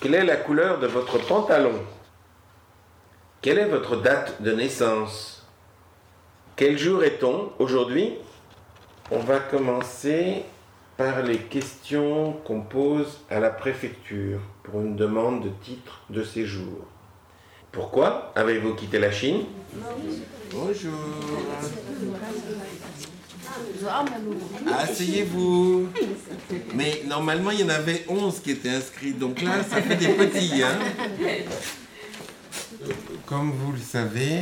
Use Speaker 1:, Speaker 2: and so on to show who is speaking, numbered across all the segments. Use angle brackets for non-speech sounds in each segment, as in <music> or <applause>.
Speaker 1: Quelle est la couleur de votre pantalon Quelle est votre date de naissance Quel jour est-on aujourd'hui On va commencer par les questions qu'on pose à la préfecture pour une demande de titre de séjour. Pourquoi avez-vous quitté la Chine Bonjour. Asseyez-vous. Mais normalement, il y en avait 11 qui étaient inscrits, donc là, ça fait des petits. hein. Comme vous le savez,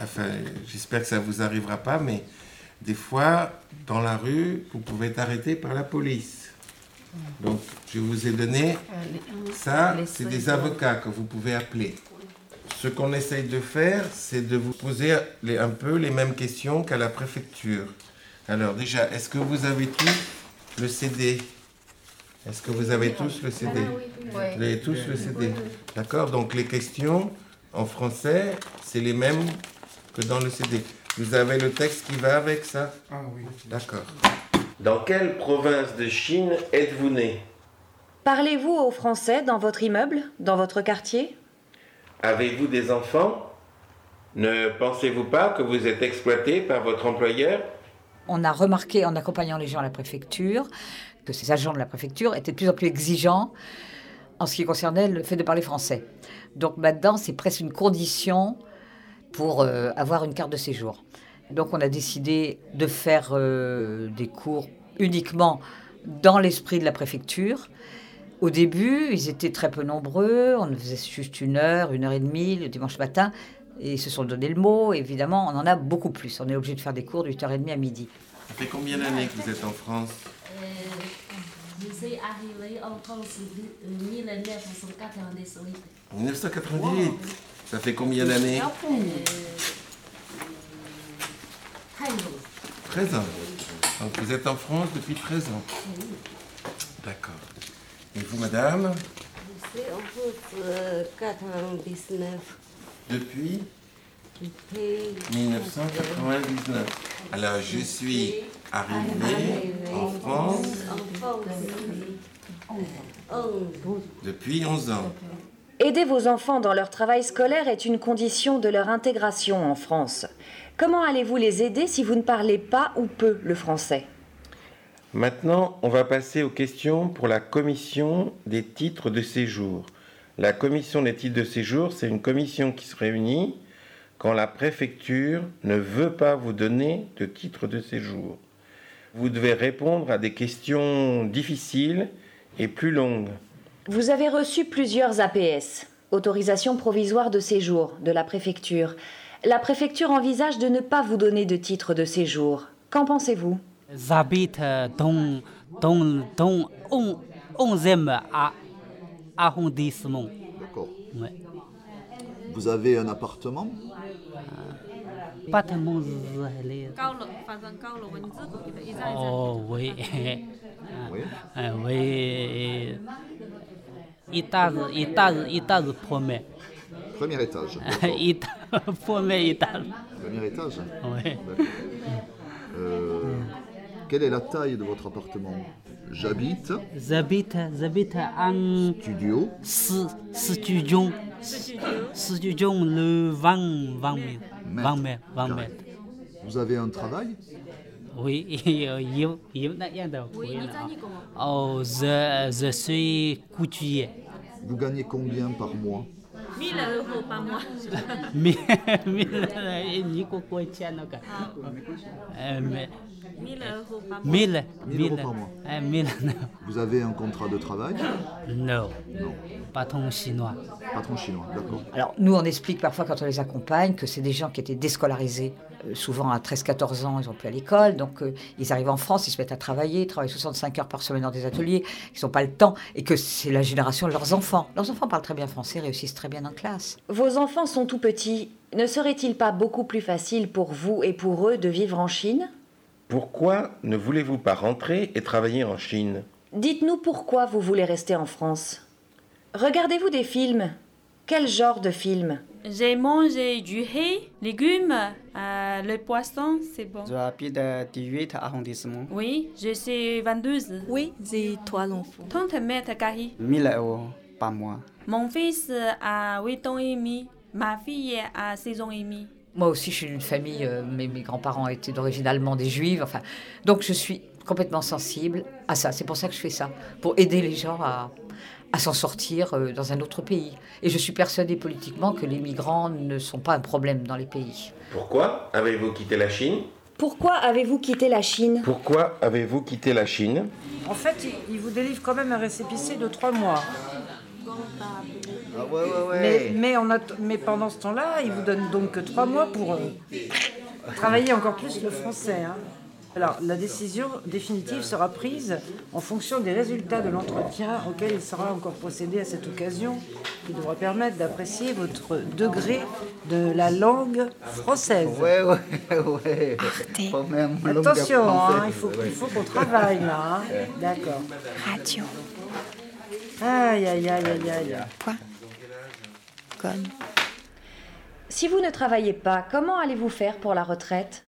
Speaker 1: enfin, j'espère que ça ne vous arrivera pas, mais des fois, dans la rue, vous pouvez être arrêté par la police. Donc, je vous ai donné ça, c'est des avocats que vous pouvez appeler. Ce qu'on essaye de faire, c'est de vous poser les- un peu les mêmes questions qu'à la préfecture. Alors déjà, est-ce que vous avez tous le CD Est-ce que vous avez tous le CD Vous avez tous le CD. D'accord Donc les questions en français, c'est les mêmes que dans le CD. Vous avez le texte qui va avec ça Ah oui. D'accord. Dans quelle province de Chine êtes-vous né
Speaker 2: Parlez-vous au français dans votre immeuble, dans votre quartier
Speaker 1: Avez-vous des enfants Ne pensez-vous pas que vous êtes exploité par votre employeur
Speaker 3: On a remarqué en accompagnant les gens à la préfecture que ces agents de la préfecture étaient de plus en plus exigeants en ce qui concernait le fait de parler français. Donc maintenant, c'est presque une condition pour euh, avoir une carte de séjour. Donc on a décidé de faire euh, des cours uniquement dans l'esprit de la préfecture. Au début, ils étaient très peu nombreux, on faisait juste une heure, une heure et demie le dimanche matin, et ils se sont donné le mot, évidemment, on en a beaucoup plus. On est obligé de faire des cours de 8h30 à midi.
Speaker 1: Ça fait combien d'années que vous êtes en France
Speaker 4: Je suis arrivée en France euh, en 1998.
Speaker 1: 1998. Ça fait combien d'années
Speaker 4: Taïwan.
Speaker 1: 13 ans. Donc vous êtes en France depuis 13 ans. D'accord. Et vous, madame
Speaker 5: C'est en fait euh, 99
Speaker 1: Depuis
Speaker 5: depuis
Speaker 1: 1999. Alors je suis arrivée en France
Speaker 5: en France en
Speaker 1: depuis 11 ans.
Speaker 2: Aider vos enfants dans leur travail scolaire est une condition de leur intégration en France. Comment allez-vous les aider si vous ne parlez pas ou peu le français
Speaker 1: Maintenant, on va passer aux questions pour la commission des titres de séjour. La commission des titres de séjour, c'est une commission qui se réunit quand la préfecture ne veut pas vous donner de titre de séjour. Vous devez répondre à des questions difficiles et plus longues.
Speaker 2: Vous avez reçu plusieurs APS, autorisation provisoire de séjour, de la préfecture. La préfecture envisage de ne pas vous donner de titre de séjour. Qu'en pensez-vous
Speaker 6: J'habite euh, dans, dans, dans on- 11e a- arrondissement.
Speaker 7: D'accord.
Speaker 6: Ouais.
Speaker 7: Vous avez un appartement
Speaker 6: Pas tellement zélé. Oh oui.
Speaker 7: Oui.
Speaker 6: Euh, oui. Étage, étage, étage <laughs> premier. <laughs>
Speaker 7: Premier étage. d'accord.
Speaker 6: Étage, premier étage.
Speaker 7: Premier étage.
Speaker 6: Ouais.
Speaker 7: D'accord. Euh, quelle est la taille de votre appartement J'habite
Speaker 6: J'habite, j'habite en
Speaker 7: studio
Speaker 6: stu- studio. Studio le 20, 20 mètres. 20 mètres, 20
Speaker 7: carrés.
Speaker 6: mètres.
Speaker 7: Vous avez un travail
Speaker 6: Oui, <laughs> il, il n'a rien de
Speaker 4: Oui,
Speaker 6: 啊
Speaker 4: il t'a dit comment
Speaker 6: Oh, je, je suis couturier.
Speaker 7: Vous gagnez combien par mois
Speaker 4: 1000 euros par mois.
Speaker 6: Mais, mais, euh, Nico Koitia, non, quoi. Euh, mais,
Speaker 4: 1000 euros par mois.
Speaker 6: mille,
Speaker 7: Mille euros
Speaker 6: mille,
Speaker 7: par mois.
Speaker 6: euh, mille, non.
Speaker 7: Vous avez un contrat de travail
Speaker 6: non,
Speaker 7: Non.
Speaker 6: pas ton chinois.
Speaker 7: Patron chinois, d'accord.
Speaker 3: Alors, nous, on explique parfois quand on les accompagne que c'est des gens qui étaient déscolarisés. Euh, souvent à 13-14 ans, ils n'ont plus à l'école. Donc, euh, ils arrivent en France, ils se mettent à travailler, ils travaillent 65 heures par semaine dans des ateliers, ils n'ont pas le temps. Et que c'est la génération de leurs enfants. Leurs enfants parlent très bien français, réussissent très bien en classe.
Speaker 2: Vos enfants sont tout petits. Ne serait-il pas beaucoup plus facile pour vous et pour eux de vivre en Chine
Speaker 1: Pourquoi ne voulez-vous pas rentrer et travailler en Chine
Speaker 2: Dites-nous pourquoi vous voulez rester en France. Regardez-vous des films Quel genre de films
Speaker 8: <laughs> J'ai mangé du riz, légumes, euh, le poisson, c'est bon.
Speaker 9: Je habite euh, 18 arrondissement.
Speaker 8: Oui, je suis vendeuse.
Speaker 10: Oui, j'ai trois enfants.
Speaker 8: 30 mètres carrés.
Speaker 9: 1000 euros
Speaker 11: par mois.
Speaker 8: Mon fils a 8 ans et demi. Ma fille a 6 ans et demi.
Speaker 3: Moi aussi, je suis d'une famille, euh, mes, mes grands-parents étaient d'origine allemande et juive. Enfin, donc, je suis complètement sensible à ça. C'est pour ça que je fais ça, pour aider les gens à, à s'en sortir euh, dans un autre pays. Et je suis persuadée politiquement que les migrants ne sont pas un problème dans les pays.
Speaker 1: Pourquoi avez-vous quitté la Chine
Speaker 12: Pourquoi avez-vous quitté la Chine
Speaker 1: Pourquoi avez-vous quitté la Chine
Speaker 2: En fait, ils- ils vous délivrent quand même un récépissé de trois mois.
Speaker 7: Ah ouais,
Speaker 2: Mais,
Speaker 7: ouais, ouais.
Speaker 2: mais, en att- mais pendant ce temps-là, ils vous donnent donc que trois mois pour euh, travailler encore plus le français. hein. Alors, la décision définitive sera prise en fonction des résultats de l'entretien auquel il sera encore procédé à cette occasion, qui devra permettre d'apprécier votre degré de la langue française.
Speaker 7: Ouais, ouais, <laughs> ouais. Pas même langue
Speaker 2: Attention, hein,
Speaker 7: française,
Speaker 2: il faut,
Speaker 7: ouais.
Speaker 2: il faut qu'on travaille là. hein. D'accord. Radio. Aïe, aïe, aïe, aïe, aïe.
Speaker 12: Si vous ne travaillez pas, comment allez-vous faire pour la retraite